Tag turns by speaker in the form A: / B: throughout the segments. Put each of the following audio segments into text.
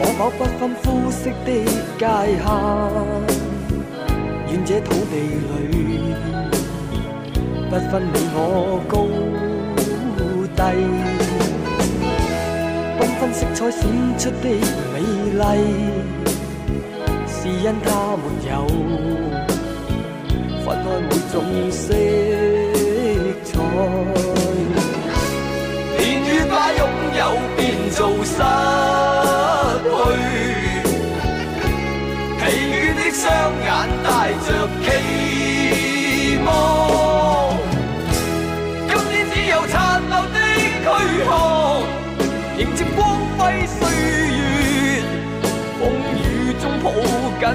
A: 我摸不分肤色的界限，愿这土地里不分你我高低，缤纷色彩闪出的美丽，是因它没有分开每种色彩，年月把拥有变做失去。疲倦的雙眼帶着期望，今天只有殘留的軀殼，迎接光輝歲月，風雨中抱緊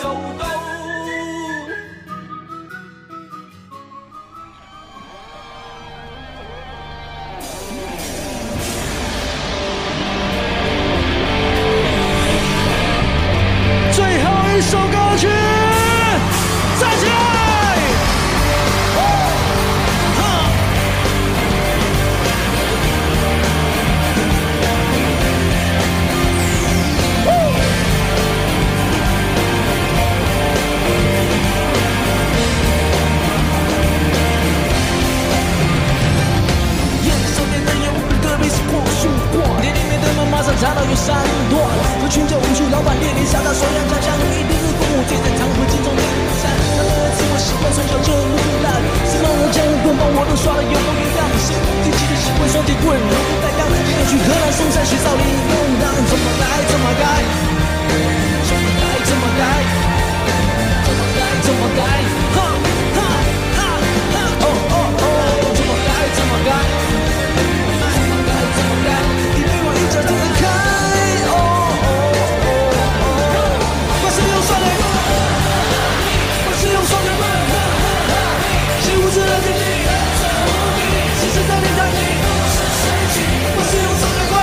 A: 做到？最後一首歌曲，站起來！
B: 眼少年人有无的被时光束光，店里面的门马上查到有三段，这群叫无趣老板列宁侠到手扬家乡，一定是父母借在长河镜中的雨伞，他们的自我习惯从小就很腐烂，什么我江湖棍棒我都耍的有模有样，先天气的习惯双截棍柔不带刚，一去河南嵩山学少林用当，怎么来怎么改，怎么来怎么改，怎么来怎么改，哈哈哈哈哦哦哦，怎么改怎么改。你对我一脚踢得开，哦哦哦哦，我是用双腿，我是用双腿，是无知的自己，是谁在天堂？我是用双腿棍，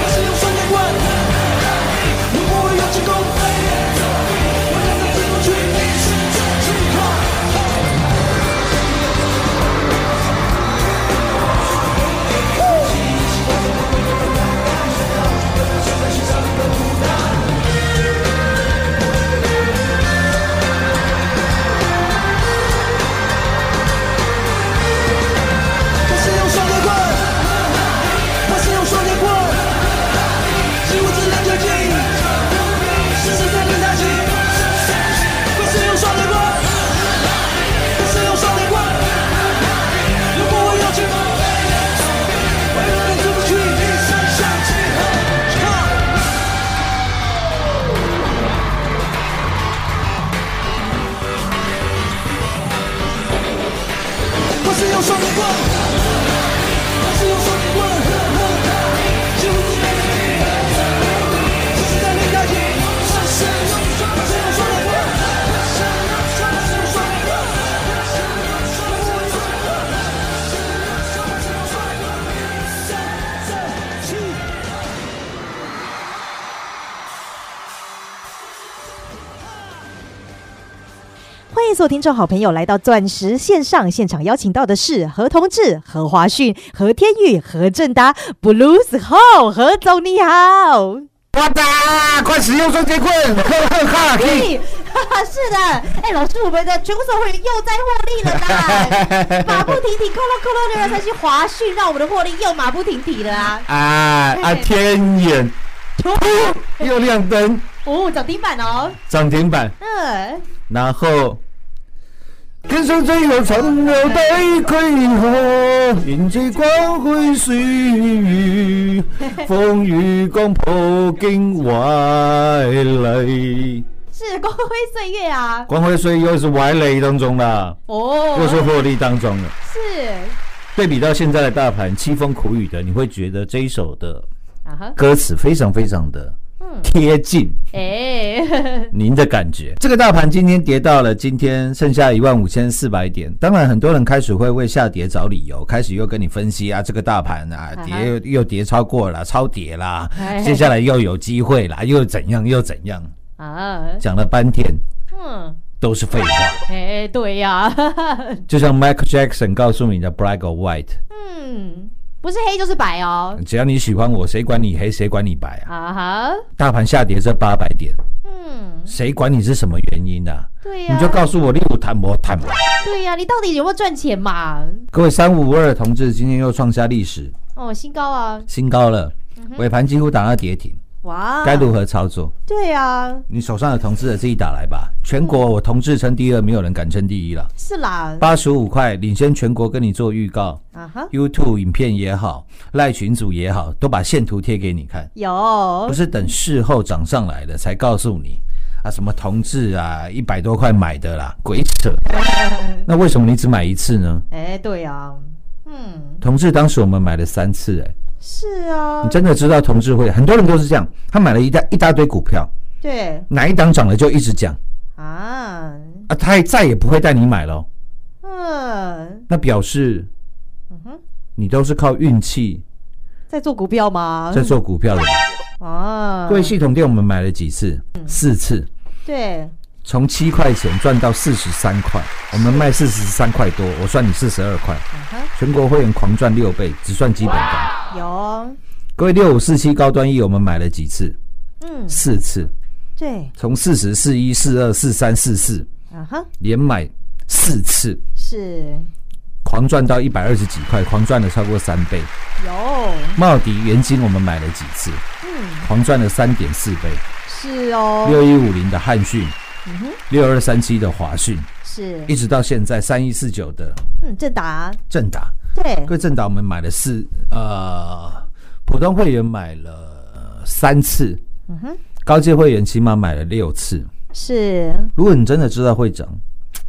B: 我是用双腿棍，如果我有成功，我让它自动去，去看。我是用双截棍，我是用双截棍，是无知的绝技，是谁在练太极？我是用双截棍，我是用双截棍，如果我有钱，我永远出不去，一生向前看。我是用双截棍，我是用双截棍，是无知的自己，是时代的大敌。我是用双截棍，我是用双截棍，三三七。
C: 欢迎所有听众好朋友来到钻石线上现场，邀请到的是何同志、何华逊、何天宇、何正达、Blues 后何总你好。
D: 我打，快使用双截棍，呵呵哈！
C: 嘿哈哈，是的，哎、老师，我们的全国总会员又在获利了 啦，马不停蹄，扣了扣了，六二三七华讯，让我们的获利又马不停蹄了啊！
D: 啊啊！天眼又亮灯，
C: 哦，涨停板哦，
D: 涨停板，
C: 嗯，
D: 然后跟上最后长流的溃河，迎接光辉岁月，風雨剛破經懷裡。
C: 是光辉岁月啊！
D: 光辉岁月又是歪雷当中的，
C: 哦，
D: 又是获利当中的。
C: 是
D: 对比到现在的大盘凄风苦雨的，你会觉得这一首的
C: 啊哈，
D: 歌词非常非常的贴近
C: 哎、
D: 您的感觉。这个大盘今天跌到了，今天剩下一万五千四百点。当然，很多人开始会为下跌找理由，开始又跟你分析啊，这个大盘啊
C: 哈
D: 跌又又跌超过了，超跌啦
C: 哎，
D: 接下来又有机会啦，又怎样又怎样，
C: 啊，
D: 讲了半天
C: 嗯，
D: 都是废话。
C: 哎、对呀、
D: 就像 Michael Jackson 告诉你的 “black or white”，
C: 嗯，不是黑就是白哦，
D: 只要你喜欢我，谁管你黑，谁管你白啊？
C: 啊哈，
D: 大盘下跌这八百点，
C: 嗯，
D: 谁管你是什么原因啊？
C: 对呀、
D: 你就告诉我六谈我谈
C: 对呀、你到底有没有赚钱嘛？
D: 各位三五五二同志，今天又创下历史
C: 哦，新高啊，
D: 新高了，尾盘几乎打到跌停，
C: 哇，
D: 该如何操作？
C: 对啊，
D: 你手上的同志的自己打来吧。全国我同志称第二，没有人敢称第一了。
C: 是啦，
D: 八十五块领先全国，跟你做预告
C: 啊哈，
D: ，YouTube 影片也好，赖群组也好，都把线图贴给你看。
C: 有
D: 不，是等事后涨上来了才告诉你啊，什么同志啊，一百多块买的啦，鬼扯！那为什么你只买一次呢？
C: 哎、对啊，嗯，
D: 同志当时我们买了三次、欸，
C: 是啊
D: 你，真的知道同志会？很多人都是这样，他买了一大一大堆股票，
C: 对
D: 哪一档涨了就一直讲
C: 啊，
D: 啊，他也再也不会带你买了，哦
C: 嗯，
D: 那表示
C: 哼，
D: 你都是靠运气
C: 在做股票吗？
D: 在做股票的吧。
C: 啊，
D: 各位系统店我们买了几次？四次。
C: 对，
D: 从七块钱赚到四十三块，我们卖四十三块多，我算你四十二块，
C: 啊
D: 全国会员狂赚六倍，只算基本单。
C: 有，
D: 各位六五四七高端 E 我们买了几次？
C: 嗯，
D: 四次，
C: 对，
D: 从四十四一四二四三四四
C: 啊哈，
D: 连买四次，
C: 是
D: 狂赚到一百二十几块，狂赚了超过三倍。
C: 有，
D: 茂迪原金我们买了几次？
C: 嗯，
D: 狂赚了三点四倍。
C: 是哦，嗯
D: 六一五零的汉讯，六二三七的华讯，
C: 是
D: 一，直到现在三一四九的
C: 嗯，正达，
D: 正达。
C: 对
D: 各，位政党，我们买了四呃，普通会员买了呃三次，
C: 嗯
D: 高阶会员起码买了六次。
C: 是，
D: 如果你真的知道会涨，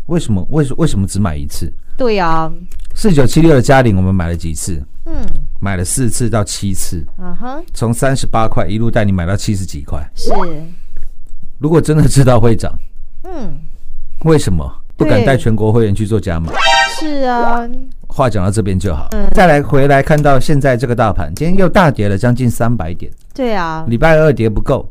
D: 为什么为什为什么只买一次？
C: 对啊，
D: 四九七六的嘉玲，我们买了几次？
C: 嗯，
D: 买了四次到七次，
C: 啊哈，
D: 从三十八块一路带你买到七十几块。
C: 是，
D: 如果真的知道会涨，
C: 嗯，
D: 为什么不敢
C: 对
D: 带全国会员去做加码？
C: 是啊，
D: 话讲到这边就好。再来回来看到现在这个大盘，今天又大跌了将近三百点。
C: 对啊，
D: 礼拜二跌不够，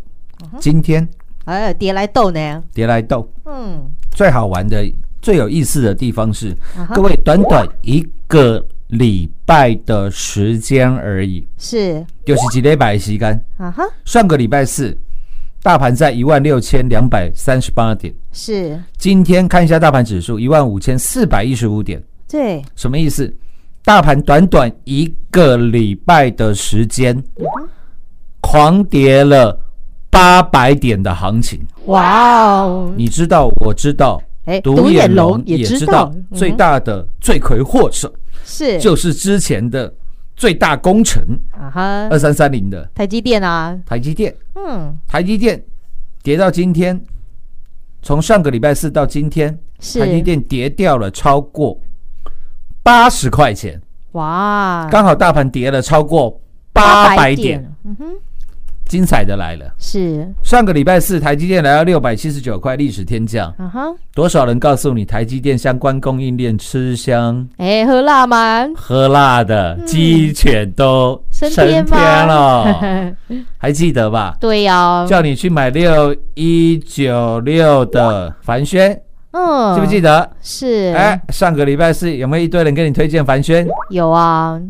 D: 今天
C: 哎，跌来斗呢，
D: 跌来斗。
C: 嗯，
D: 最好玩的、最有意思的地方是
C: 啊哈，
D: 各位短短一个礼拜的时间而已，
C: 是，
D: 就是几礼拜的时间。
C: 啊哈，
D: 上个礼拜四，大盘在一万六千两百三十八点，
C: 是，
D: 今天看一下大盘指数一万五千四百一十五点，
C: 对，
D: 什么意思？大盘短短一个礼拜的时间，狂跌了八百点的行情。
C: 哇哦，
D: 你知道，我知道
C: 哎，
D: 独眼龙
C: 也
D: 也知
C: 知
D: 道嗯
C: 道，
D: 最大的罪魁祸首
C: 是，
D: 就是之前的最大功臣
C: 啊哈
D: 二，三三零的
C: 台积电啊，
D: 台积电。
C: 嗯，
D: 台积电跌到今天，从上个礼拜四到今天，
C: 是
D: 台积电跌掉了超过八十块钱，
C: 哇，
D: 刚好大盘跌了超过八百点。，
C: 嗯哼，
D: 精彩的来了，
C: 是，
D: 上个礼拜四台积电来到六百七十九块历史天价，
C: 啊哈，
D: 多少人告诉你台积电相关供应链吃香？
C: 哎，喝辣吗？
D: 喝辣的鸡犬都
C: 嗯升天吗？嗯
D: 了， 还记得吧？
C: 对啊呀、
D: 叫你去买六一九六的凡轩，
C: 嗯，
D: 记不记？得？
C: 是，
D: 哎，上个礼拜四有没有一堆人跟你推荐凡轩？
C: 有啊，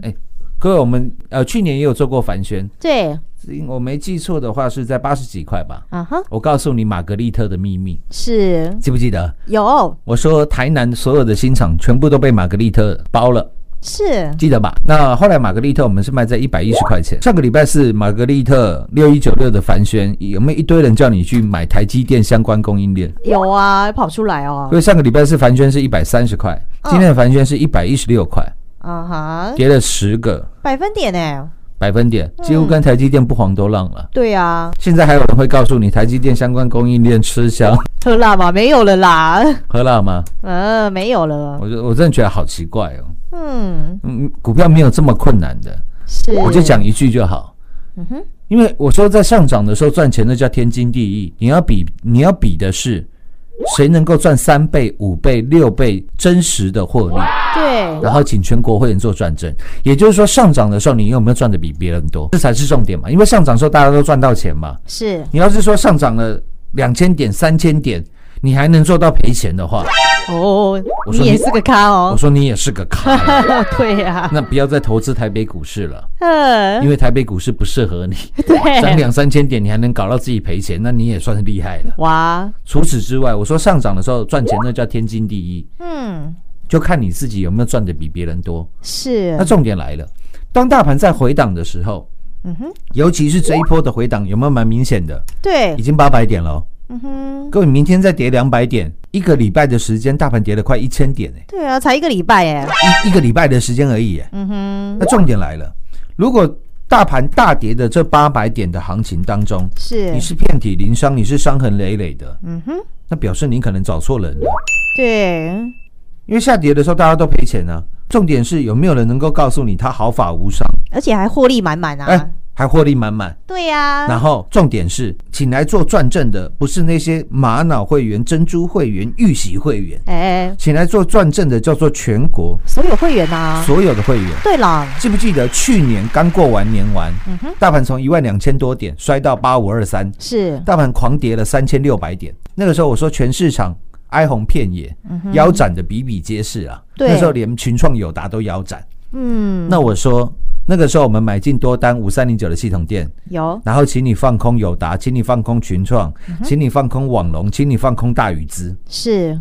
D: 各位，我们呃去年也有做过凡轩，
C: 对，
D: 我没记错的话是在八十几块吧。
C: 啊哈，
D: 我告诉你玛格丽特的秘密，
C: 是
D: 记不记得？
C: 有，
D: 我说台南所有的新厂全部都被玛格丽特包了。
C: 是，
D: 记得吧？那后来玛格丽特我们是卖在一百一十块钱。上个礼拜是玛格丽特六一九六的凡轩，有没有一堆人叫你去买台积电相关供应链？
C: 有啊，跑出来哦
D: 因，为上个礼拜是凡轩是一百三十块，
C: 嗯
D: 呃今天的凡轩是一百一十六块，
C: 啊哈，
D: 跌了十个
C: 百分点呢、
D: 百分点，几乎跟台积电不遑多让了。
C: 对啊，
D: 现在还有人会告诉你台积电相关供应链吃香
C: 喝辣吗？没有了啦，
D: 喝辣吗？
C: 嗯、没有了。
D: 我就我真的觉得好奇怪哦。
C: 嗯，
D: 嗯，股票没有这么困难的，
C: 是。
D: 我就讲一句就好。因为我说在上涨的时候赚钱，那叫天经地义。你要比，你要比的是谁能够赚三倍、五倍、六倍真实的获利，
C: 对，
D: 然后请全国会员做转正。也就是说，上涨的时候你有没有赚的比别人多，这才是重点嘛。因为上涨的时候大家都赚到钱嘛。
C: 是
D: 你要是说上涨了两千点、三千点，你还能做到赔钱的话，
C: 哦，
D: 我
C: 你
D: 说
C: 也
D: 你
C: 是个咖
D: 我
C: 哦。
D: 说你也是个咖。
C: 对啊呀、
D: 那不要再投资台北股市了，
C: 嗯，
D: 因为台北股市不适合你。涨
C: 对，
D: 两三千点，你还能搞到自己赔钱，那你也算是厉害了。
C: 哇，
D: 除此之外，我说上涨的时候赚钱，那叫天经地义，
C: 嗯，
D: 就看你自己有没有赚的比别人多。
C: 是
D: 那，重点来了，当大盘在回档的时候，
C: 嗯哼，
D: 尤其是这一波的回档，有没有蛮明显的？
C: 对
D: 已，经八百点了哦，
C: 嗯哼，
D: 各位，明天再跌两百点，一个礼拜的时间，大盘跌了快一千点哎、
C: 对啊，才一个礼拜哎，
D: 一一个礼拜的时间而已哎、
C: 嗯哼，
D: 那重点来了，如果大盘大跌的这八百点的行情当中，
C: 是
D: 你，是遍体鳞伤，你是伤痕累累的，
C: 嗯哼，
D: 那表示你可能找错人了。
C: 对，
D: 因为下跌的时候大家都赔钱啊。重点是有没有人能够告诉你他毫发无伤，
C: 而且还获利满满啊。
D: 哎、还获利满满。
C: 对啊呀、
D: 然后重点是，请来做转正的不是那些玛瑙会员、珍珠会员、玉玺会员，
C: 哎，
D: 请来做转正的叫做全国
C: 所有会员呐、
D: 所有的会员。
C: 对啦，
D: 记不记得去年刚过完年完，
C: 嗯
D: 大盘从一万两千多点摔到八五二三，
C: 是，
D: 大盘狂跌了三千六百点。那个时候我说全市场哀鸿遍野，腰斩的比比皆是啊。
C: 嗯对
D: 那时候连群创、友达都腰斩。
C: 嗯，
D: 那我说，那个时候我们买进多单五三零九的系统店，
C: 有，
D: 然后请你放空友达，请你放空群创，
C: 嗯
D: 请你放空网龙，请你放空大宇资。
C: 是，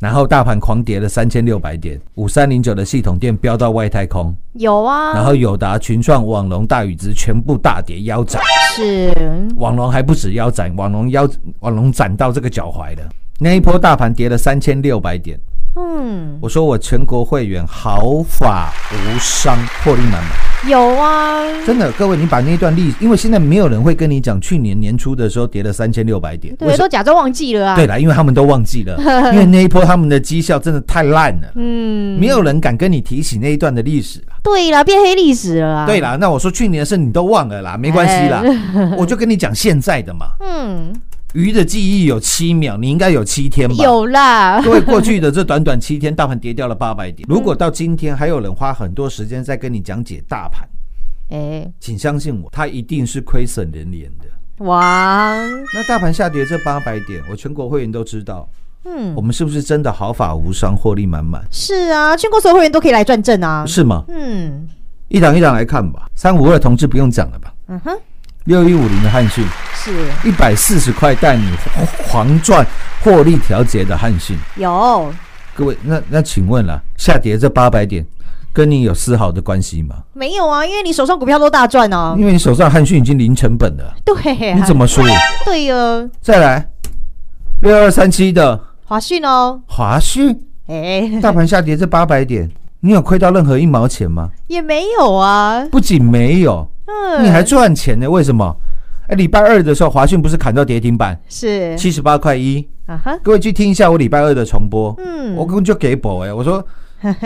D: 然后大盘狂跌了三千六百点，五三零九的系统店飙到外太空，
C: 有啊，
D: 然后友达、群创、网龙、大宇资全部大跌腰斩，
C: 是，
D: 网龙还不止腰斩，网龙腰网龙斩到这个脚踝了。那一波大盘跌了三千六百点，
C: 嗯，
D: 我说我全国会员毫发无伤，获利满满。
C: 有啊，
D: 真的，各位，你把那段历，因为现在没有人会跟你讲去年年初的时候跌了三千六百点，为
C: 对，
D: 什
C: 都假装忘记了啊。
D: 对，了，因为他们都忘 记了，因为那一波他们的绩效真的太烂了，
C: 嗯，
D: 没有人敢跟你提起那一段的历史了。
C: 对啦，变黑历史了啦。啊
D: 对，啦，那我说去年的事你都忘了啦，没关系啦，
C: 哎
D: 我就跟你讲现在的嘛。
C: 嗯，
D: 鱼的记忆有七秒，你应该有七天吧？。
C: 有 啦，
D: 各位，过去的这短短七天，大盘跌掉了八百点。如果到今天还有人花很多时间在跟你讲解大盘，
C: 哎，
D: 请相信我，他一定是亏损连连的。
C: 哇，
D: 那大盘下跌这八百点，我全国会员都知道，我
C: 嗯，
D: 们是不是真的毫发无伤，获利满满？
C: 是啊，全国所有会员都可以来转正啊。
D: 是吗？
C: 嗯，
D: 一档一档来看吧。三五二同志不用讲了吧？
C: 嗯哼，
D: 六一五零的汉讯，
C: 是
D: 一百四十块带你狂赚获利调节的汉讯。
C: 有，
D: 各位，那那请问了、下跌这八百点，跟你有丝毫的关系吗？
C: 没有啊？因为你手上股票都大赚啊。
D: 因为你手上汉讯已经零成本了，
C: 对啊，
D: 你怎么输？
C: 对呀？
D: 再来，六二三七的
C: 华讯哦，
D: 华讯，
C: 哎，
D: 大盘下跌这八百点，你有亏到任何一毛钱吗？
C: 也没有啊。
D: 不仅没有，
C: 嗯，
D: 你还赚钱呢？为什么？哎，礼拜二的时候，华讯不是砍到跌停板
C: 是
D: 七十八块一？
C: 啊哈，
D: 各位去听一下我礼拜二的重播。
C: 嗯
D: 我根本就给宝哎，我 说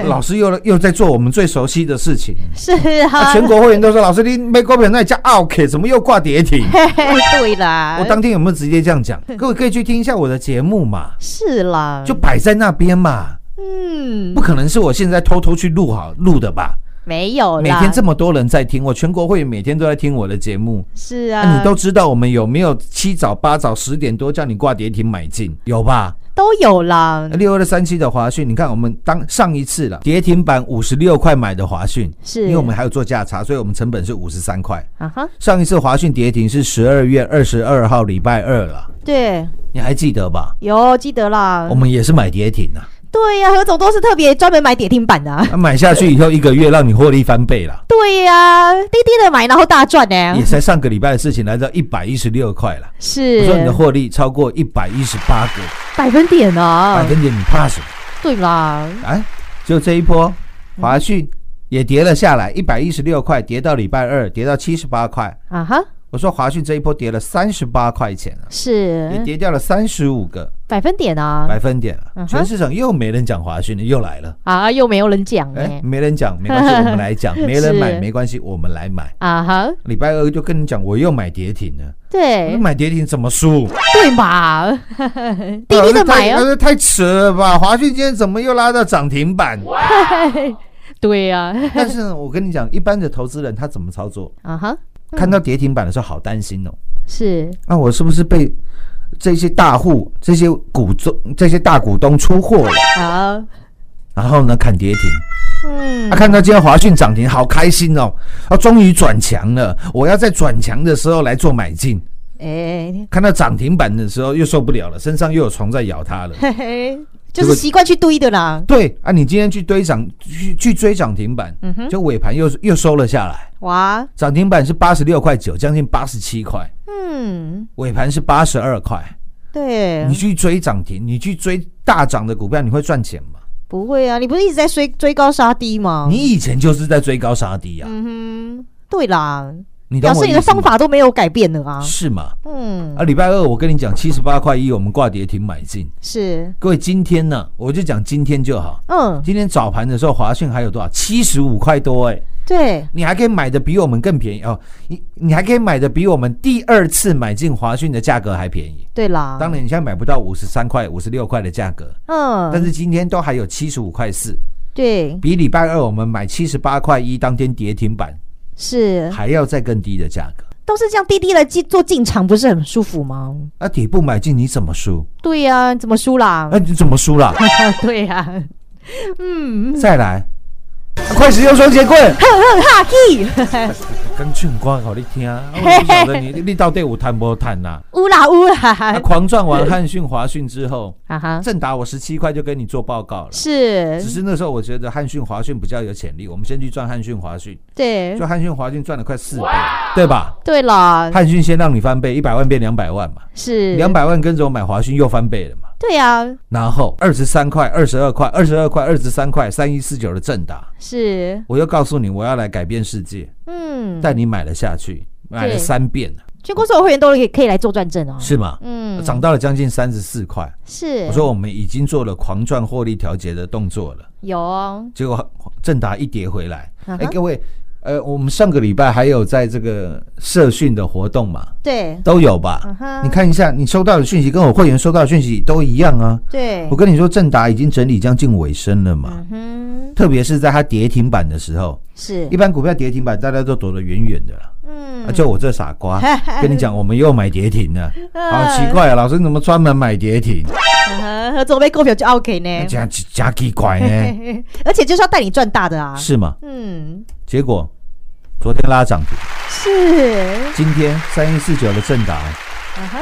D: 老师又又在做我们最熟悉的事情。
C: 是
D: 啊、
C: 啊，
D: 全国会员都说老师你没股票那叫 OK，怎么又挂 跌停？
C: 对啦，
D: 我当天有没有直接这样讲？ 各位可以去听一下我的节目嘛，
C: 是啦，
D: 就摆在那边嘛，
C: 嗯
D: 不，可能是我现在偷偷去录好录的吧？
C: 没有啦，
D: 每天这么多人在听，我全国会员每天都在听我的节目。
C: 是
D: 那
C: 啊，
D: 你都知道我们有没有七早八早十点多叫你挂跌停买进？有吧？
C: 都有啦，
D: 六二三七的华讯，你看我们当上一次了跌停板五十六块买的华讯，
C: 是
D: 因为我们还有做价差，所以我们成本是五十三块。
C: 啊哈，
D: 上一次华讯跌停是十二月二十二号礼拜二了，
C: 对，
D: 你还记得吧？
C: 有记得啦
D: 我，们也是买跌停啊，
C: 对呀、何总都是特别专门买跌停板的、啊，
D: 啊买下去以后一个月让你获利翻倍了，
C: 对呀、低低的买然后大赚呢、
D: 也才上个礼拜的事情，来到一百一十六块了。我说你
C: 是
D: 的获利超过一百一十八个
C: 百分点
D: 百
C: 啊，
D: 分点，你怕什么？
C: 对啦，
D: 啊，就这一波，华讯也跌了下来，一百一十六块，跌到礼拜二跌到七十八块。
C: 啊哈，
D: 我说华讯这一波跌了三十八块钱了，也
C: 是
D: 跌掉了三十五个
C: 百分点啊，
D: 百分点了。
C: 嗯嗯哼
D: 全市场又没人讲华讯了，又来了。
C: 啊又没有人讲哎、
D: 哎，没人讲 没关系，我们来讲；没人买没关系，我们来买。
C: 啊哈，
D: 礼拜二就跟你讲，我又买跌停了。
C: 对
D: 那买跌停怎么输？
C: 对嘛，低低的买
D: 那
C: 哦，
D: 是太扯了吧？华讯今天怎么又拉到涨停板？
C: 对呀、啊，
D: 但是呢，我跟你讲，一般的投资人他怎么操作？
C: 啊哈，
D: 看到跌停板的时候，好担心哦。
C: 是
D: 啊，我是不是被这些大户、这些股东、这些大股东出货了？
C: 啊，
D: 然后呢，砍跌停，
C: 嗯
D: 啊，看到今天华讯涨停，好开心哦！啊，终于转强了，我要在转强的时候来做买进。
C: 哎，
D: 看到涨停板的时候又受不了了，身上又有虫在咬它了。
C: 嘿嘿，就是习惯去堆的啦，
D: 对啊，你今天去追涨去去追涨停板，
C: 嗯哼
D: 就尾盘又又收了下来，
C: 哇，
D: 涨停板是八十六块九，将近八十七块，
C: 嗯，
D: 尾盘是八十二块。
C: 对啊
D: 你，去追涨停，你去追大涨的股票，你会赚钱吗？
C: 不会啊，你不是一直在追追高杀低吗？
D: 你以前就是在追高杀低啊，
C: 哦嗯哼，对啦，
D: 你懂
C: 表
D: 我
C: 示
D: 意
C: 你
D: 思
C: 的
D: 吗
C: 方法都没有改变的啊，
D: 是吗？
C: 嗯，
D: 啊，礼拜二我跟你讲，七十八块一，我们挂跌停买进。
C: 是，
D: 各位，今天呢，我就讲今天就好。
C: 嗯，
D: 今天早盘的时候，华讯还有多少？七十五块多哎、
C: 对，
D: 你还可以买的比我们更便宜哦，你你还可以买的比我们第二次买进华讯的价格还便宜。
C: 对啦，
D: 当然，你现在买不到五十三块、五十六块的价格，
C: 嗯，
D: 但是今天都还有七十五块四，
C: 对，
D: 比礼拜二我们买七十八块一当天跌停板
C: 是，
D: 还要再更低的价格。
C: 都是这样低低的进做进场，不是很舒服吗？
D: 那底部买进你怎么输？
C: 对呀、怎么输啦
D: 那、？你怎么输啦？
C: 对呀、嗯，
D: 再来，啊快使用双节棍，
C: 哼哼哈气，
D: 跟俊光好你听啊！我也不晓得你你到底有谈不谈呐？
C: 乌啦乌
D: 啊，
C: 啦，
D: 狂赚完汉讯、华讯之后，
C: 啊哈，
D: 正达我十七块就跟你做报告了。只
C: 是，
D: 是那时候我觉得汉讯、华讯比较有潜力，我们先去赚汉讯、华讯，
C: 对
D: 就，汉讯、华讯赚了快四倍，对吧？
C: 对啦，
D: 汉讯先让你翻倍，一百万变两百万嘛，
C: 是，
D: 两，百万跟着我买华讯又翻倍了嘛。
C: 对呀、
D: 然后二十三块、二十二块、二十二块、二十三块、三一四九的正达，
C: 是，
D: 我又告诉你我要来改变世界，
C: 嗯，
D: 带你买了下去，买了
C: 对
D: 三遍，
C: 全国所有会员都可以可以来做转正哦。
D: 是吗？
C: 嗯，
D: 涨到了将近三十四块，
C: 是，
D: 我说我们已经做了狂赚获利调节的动作了。
C: 有哦，
D: 结果正达一跌回来。哎、
C: 嗯哼
D: 各位，呃，我们上个礼拜还有在这个社训的活动嘛，
C: 对，
D: 都有吧？
C: 嗯哼
D: 你看一下，你收到的讯息跟我会员收到的讯息都一样啊。
C: 对
D: 我，跟你说，正达已经整理将近尾声了嘛，
C: 嗯哼，
D: 特别是在它跌停板的时候，
C: 是
D: 一，般股票跌停板大家都躲得远远的了。
C: 嗯
D: 啊，就我这傻 瓜，跟你讲，我们又买跌停了，好奇怪啊！老师你怎么专门买跌停？哎
C: 嗯哼，做杯股票就 OK 呢，
D: 加加奇怪呢？
C: 而且就是要带你赚大的啊。
D: 是吗？
C: 嗯，
D: 结果昨天拉涨停，
C: 是，
D: 今天三一四九的正达
C: 嗯哼，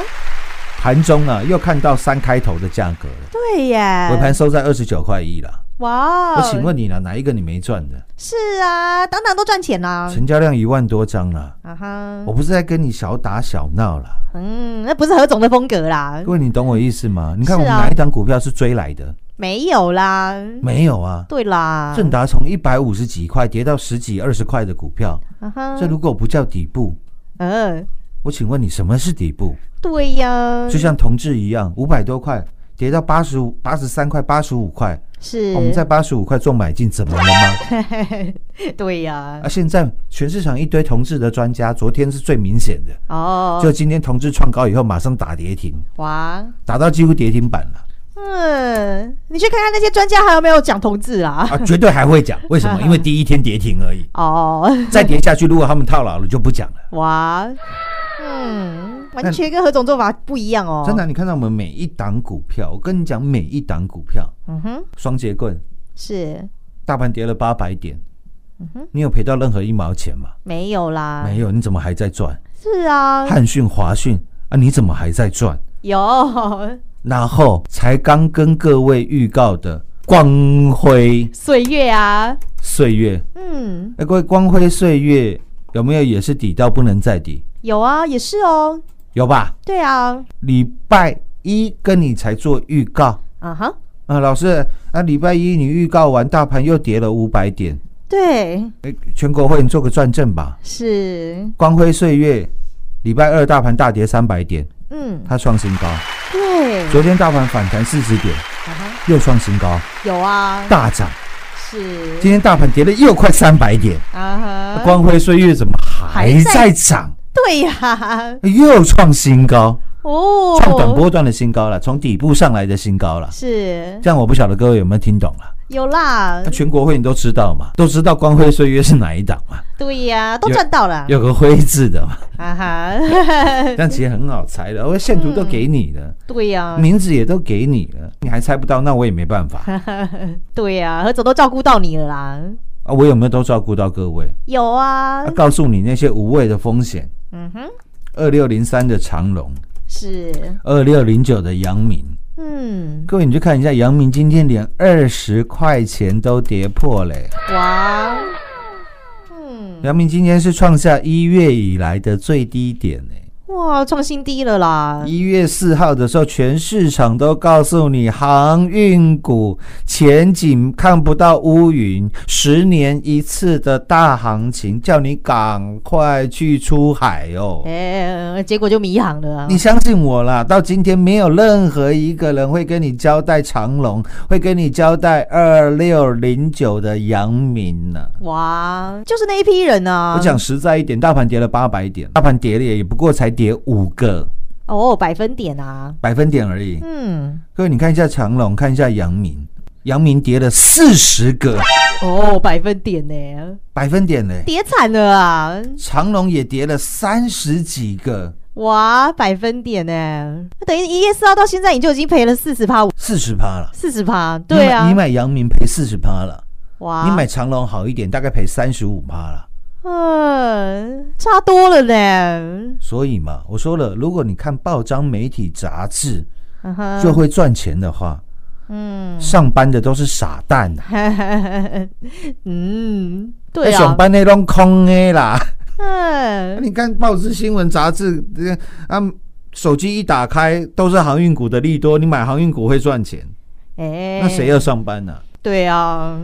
D: 盘中啊，又看到三开头的价格了，
C: 对耶，
D: 尾盘收在二十九块一了。
C: 哇，哦
D: 我请问你呢，哪一个你没赚的？
C: 是啊，当当都赚钱啦。
D: 成交量一万多张了，
C: 啊哈
D: 我，不是在跟你小打小闹了，
C: 嗯，那不是何总的风格啦
D: 各，位你懂我意思吗？你看
C: 嗯是
D: 我
C: 啊
D: 们哪一档股票是追来的？
C: 没有啦，
D: 没有啊。
C: 对啦，
D: 正达从一百五十几块跌到十几二十块的股票，
C: 啊哈
D: 这如果不叫底部，
C: 嗯，
D: 我请问你什么是底部？
C: 对呀，
D: 就像同志一样，五百多块跌到八十五、八十三块、八十五块，
C: 是
D: 哦我们在八十五块做买进，怎么了吗？
C: 对呀
D: 啊，，现在全市场一堆同志的专家，昨天是最明显的，
C: 哦，
D: 就今天同志创高以后，马上打跌停，
C: 哇，
D: 打到几乎跌停板 了
C: 嗯，你去看看那些专家还有没有讲同志啦。
D: 啊，绝对还会讲，为什么？因为第一天跌停而已，
C: 哦，
D: 再跌下去，如果他们套牢了就不讲了。
C: 哇，嗯，完全跟何总做法不一样哦。
D: 真的，，你看到我们每一档股票，我跟你讲，每一档股票，
C: 嗯哼，
D: 双节棍，
C: 是
D: 大盘跌了八百点，
C: 嗯
D: 你有赔到任何一毛钱吗？
C: 没有啦，
D: 没有，你怎么还在赚？
C: 是啊，
D: 汉讯、华讯啊，你怎么还在赚？
C: 有，
D: 然后才刚跟各位预告的光辉
C: 岁月啊，
D: 岁月，
C: 嗯，
D: 哎，各位，光辉岁月有没有也是底到不能再底？
C: 有啊，也是哦，
D: 有吧？
C: 对啊，
D: 礼拜一跟你才做预告
C: 啊哈，
D: 啊，老师啊，礼拜一你预告完，大盘又跌了五百点，
C: 对，
D: 哎，全国会你做个转正吧。
C: 是，
D: 光辉岁月，礼拜二大盘大跌三百点，
C: 嗯，
D: 它创新高。
C: 对，
D: 昨天大盘反弹四十点，
C: 啊哈
D: 又创新高，
C: 有啊，
D: 大涨。
C: 是
D: 今天大盘跌了又快三百点，
C: 啊哈，
D: 光辉岁月怎么还
C: 还在
D: 在涨？哎
C: 对呀、
D: 又创新高，
C: 哦，
D: 创短波段的新高了，从底部上来的新高了。
C: 是
D: 这样我不晓得各位有没有听懂了？
C: 有啦
D: 那，全国会你都知道嘛，都知道光辉岁月是哪一档嘛，
C: 对呀、都
D: 有
C: 赚到了，
D: 有个灰字的嘛，
C: 啊 哈，
D: 这样其实很好猜的，我线图都给你了，
C: 对呀、
D: 名字也都给你了，你还猜不到，那我也没办法
C: 对呀、何总都照顾到你了啦，
D: 啊。我有没有都照顾到各位？
C: 有啊
D: 啊、，告诉你那些无谓的风险，
C: 嗯哼，
D: 二六零三的长龙，
C: 是，
D: 二六零九的阳明，
C: 嗯，
D: 各位你去看一下，阳明今天连二十块钱都跌破嘞、
C: 哇，嗯，
D: 阳明今天是创下一月以来的最低点呢、
C: 哇，创新低了啦，
D: 一月四号的时候，全市场都告诉你航运股前景看不到乌云，十年一次的大行情，叫你赶快去出海哦。
C: 哎、结果就迷航了啊，
D: 你相信我啦，到今天没有任何一个人会跟你交代长隆，会跟你交代二六零九的阳明呢、
C: 哇，就是那一批人啊，
D: 我讲实在一点，大盘跌了八百点，大盘跌了也不过才跌五个
C: 哦，百分点啊，
D: 百分点而已。
C: 嗯，
D: 各位，你看一下长隆，看一下阳明，阳明跌了四十个
C: 哦，百分点呢，
D: 百分点嘞，
C: 跌惨了啊，
D: 长隆也跌了三十几个，
C: 哇，百分点呢，那等于一月四号到现在，你就已经赔了四十趴，
D: 四十趴了。
C: 四十趴，对啊，
D: 你买你买阳明赔四十趴了，
C: 哇，
D: 你买长隆好一点，大概赔三十五趴了。
C: 嗯，差多了呢，
D: 所以嘛，我说了，如果你看报章、媒体、杂志
C: 嗯哼
D: 就会赚钱的话，
C: 嗯，
D: 上班的都是傻蛋啊呐、
C: 嗯，
D: 那
C: 对
D: 上
C: 啊，
D: 班那种空 A 啦。
C: 嗯，
D: 你看报纸、新闻、杂志，这啊，手机一打开都是航运股的利多，你买航运股会赚钱，
C: 哎，
D: 那谁要上班呢、
C: 对啊，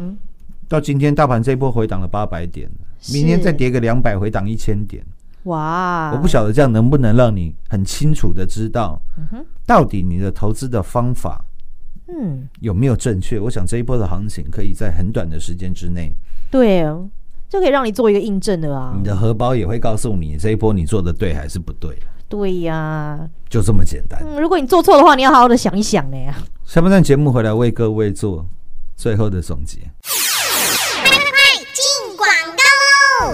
D: 到今天大盘这一波回档了八百点，
C: 是啊
D: 明天再跌个两百，回档一千点。
C: 哇，
D: 我不晓得这样能不能让你很清楚的知道
C: 嗯哼，
D: 到底你的投资的方法
C: 嗯，
D: 有没有正确。我想这一波的行情可以在很短的时间之内，
C: 对哦，就可以让你做一个印证了啊
D: 你，的荷包也会告诉你这一波你做的对还是不对，
C: 对呀、
D: 就这么简单。
C: 嗯，如果你做错的话，你要好好的想一想呢。
D: 下半段节目回来为各位做最后的总结。
E: 进广告喽！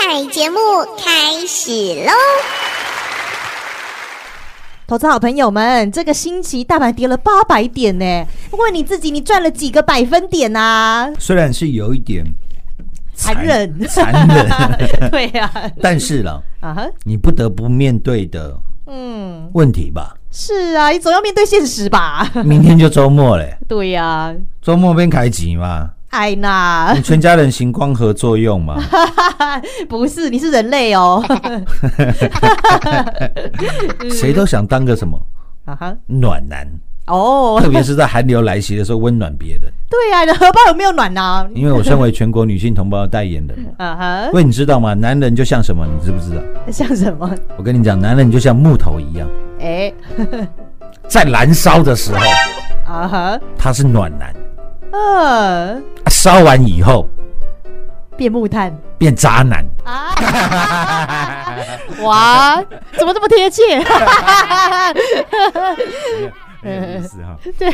E: 彩节目开始喽！
C: 投资好朋友们，这个星期大盘跌了八百点呢。问你自己，你赚了几个百分点啊？
D: 虽然是有一点
C: 残忍
D: 残 忍，
C: 对呀、
D: 但是了，
C: 啊，哈，
D: 你不得不面对的
C: 嗯，
D: 问题吧。
C: 是啊，你总要面对现实 吧？
D: 明天就周末嘞，
C: 对呀、啊，
D: 周末边开集嘛，
C: 艾娜
D: 你，全家人行光合作用嘛，
C: 不是，你是人类哦。嗯
D: 谁都想当个什么
C: 啊哈，
D: 暖男，
C: 哦
D: 特，别是在寒流来袭的时候温暖别人。
C: 对呀、啊，你的荷包有没有暖啊？
D: 因为我身为全国女性同胞的代言人嘛，
C: 啊哈，
D: 喂，你知道吗？男人就像什么，你知不知道？
C: 像什么？
D: 我跟你讲，男人就像木头一样，
C: 哎，
D: 在燃烧的时候
C: 啊哈，
D: 他是暖男，啊
C: 呃，
D: 烧完以后
C: 变木炭，
D: 变 渣男。
C: 啊！哇，怎么这么贴切？
D: 没有意思哈，
C: 对，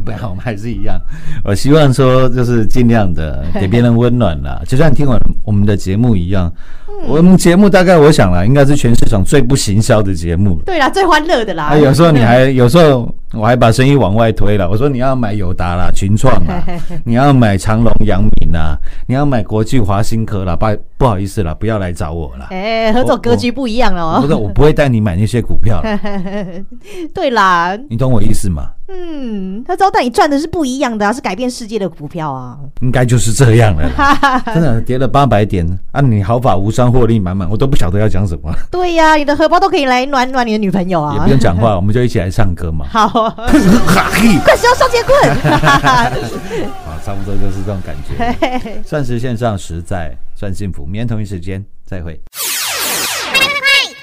D: 不然我们还是一样。我希望说，就是尽量的给别人温暖 啦，就像听完我们的节目一样。我们节目大概我想啦，应该是全市场最不行销的节目了。
C: 对啦，最欢乐的啦。
D: 啊，有时候你还有时候我还把生意往外推了，我说你要买友达啦、群创 啦，你要买长隆、阳明啦，你要买国际华新科啦，不不好意思啦，不要来找我啦。
C: 哎，何总格局不一样了
D: 我
C: 哦。
D: 说我不会带你买那些股票啦，
C: 对啦，
D: 你懂我意思吗？
C: 嗯，他招待你赚的是不一样的啊，是改变世界的股票啊。
D: 应该就是这样了啦，真的跌了八百点啊！你毫发无伤，获利满满，我都不晓得要讲什么，
C: 对呀、你的荷包都可以来暖暖你的女朋友
D: 也
C: 啊
D: 不。用讲话，我们就一起来唱歌嘛。
C: 好，
D: 哈嘿，
C: 快使用双截棍。
D: 啊，差不多就是这种感觉，算是线上实在，算幸福。明天同一时间再会。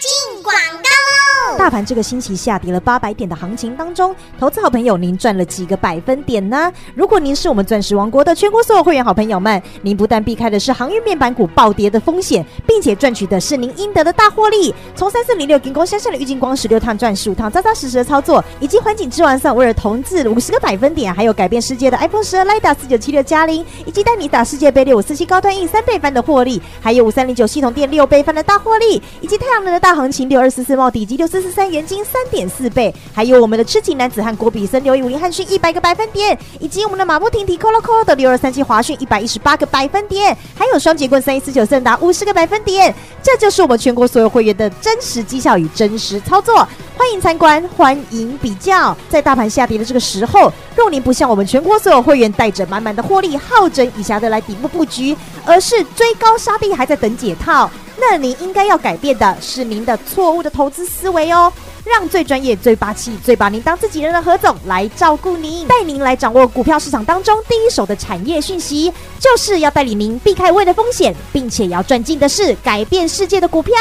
E: 进广告喽！
C: 大盘这个星期下跌了八百点的行情当中，投资好朋友您赚了几个百分点呢？如果您是我们钻石王国的全国所有会员好朋友们，您不但避开的是航运面板股暴跌的风险，并且赚取的是您应得的大获利。从三四零六金光山上的郁金光十六趟赚十五趟，扎扎实实的操作，以及环境之王上威尔同治五十个百分点，还有改变世界的 iPhone 十二 Lida 四九七六加零，以及带你打世界杯六五四七高端 E 三倍翻的获利，还有五三零九系统店六倍翻的大获利，以及太阳能的大行情六二四四茂底以及六四四三元金三点四倍，还有我们的痴情男子汉郭比森刘以林汉逊一百个百分点，以及我们的马不停蹄 Colo Colo 的六二三七华讯一百一十八个百分点，还有双节棍三一四九盛达五十个百分点，这就是我们全国所有会员的真实绩效与真实操作，欢迎参观，欢迎比较。在大盘下跌的这个时候，若您不像我们全国所有会员带着满满的获利，好整以暇的来底部布局，而是追高杀低，还在等解套。那您应该要改变的是您的错误的投资思维哦，让最专业、最霸气、最把您当自己人的何总来照顾您，带您来掌握股票市场当中第一手的产业讯息，就是要带领您避开未来风险，并且要赚进的是改变世界的股票。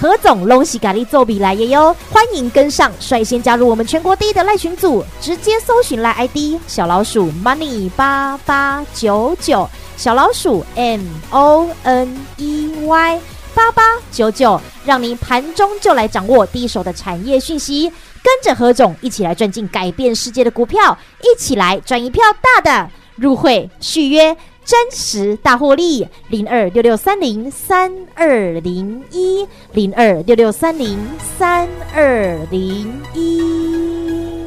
C: 何总龙喜咖喱做比来耶哟，欢迎跟上，率先加入我们全国第一的赖群组，直接搜寻赖 ID 小老鼠 money 八八九九，小老鼠 m o n e y 八八九九，让您盘中就来掌握第一手的产业讯息，跟着何总一起来赚进改变世界的股票，一起来赚一票大的，入会续约。真实大获利，零二六六三零三二零一，零二六六三零三二零一。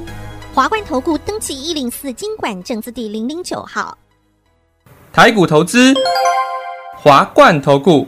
E: 华冠投顾登记一零四经管证字第零零九号。
F: 台股投资，华冠投顾，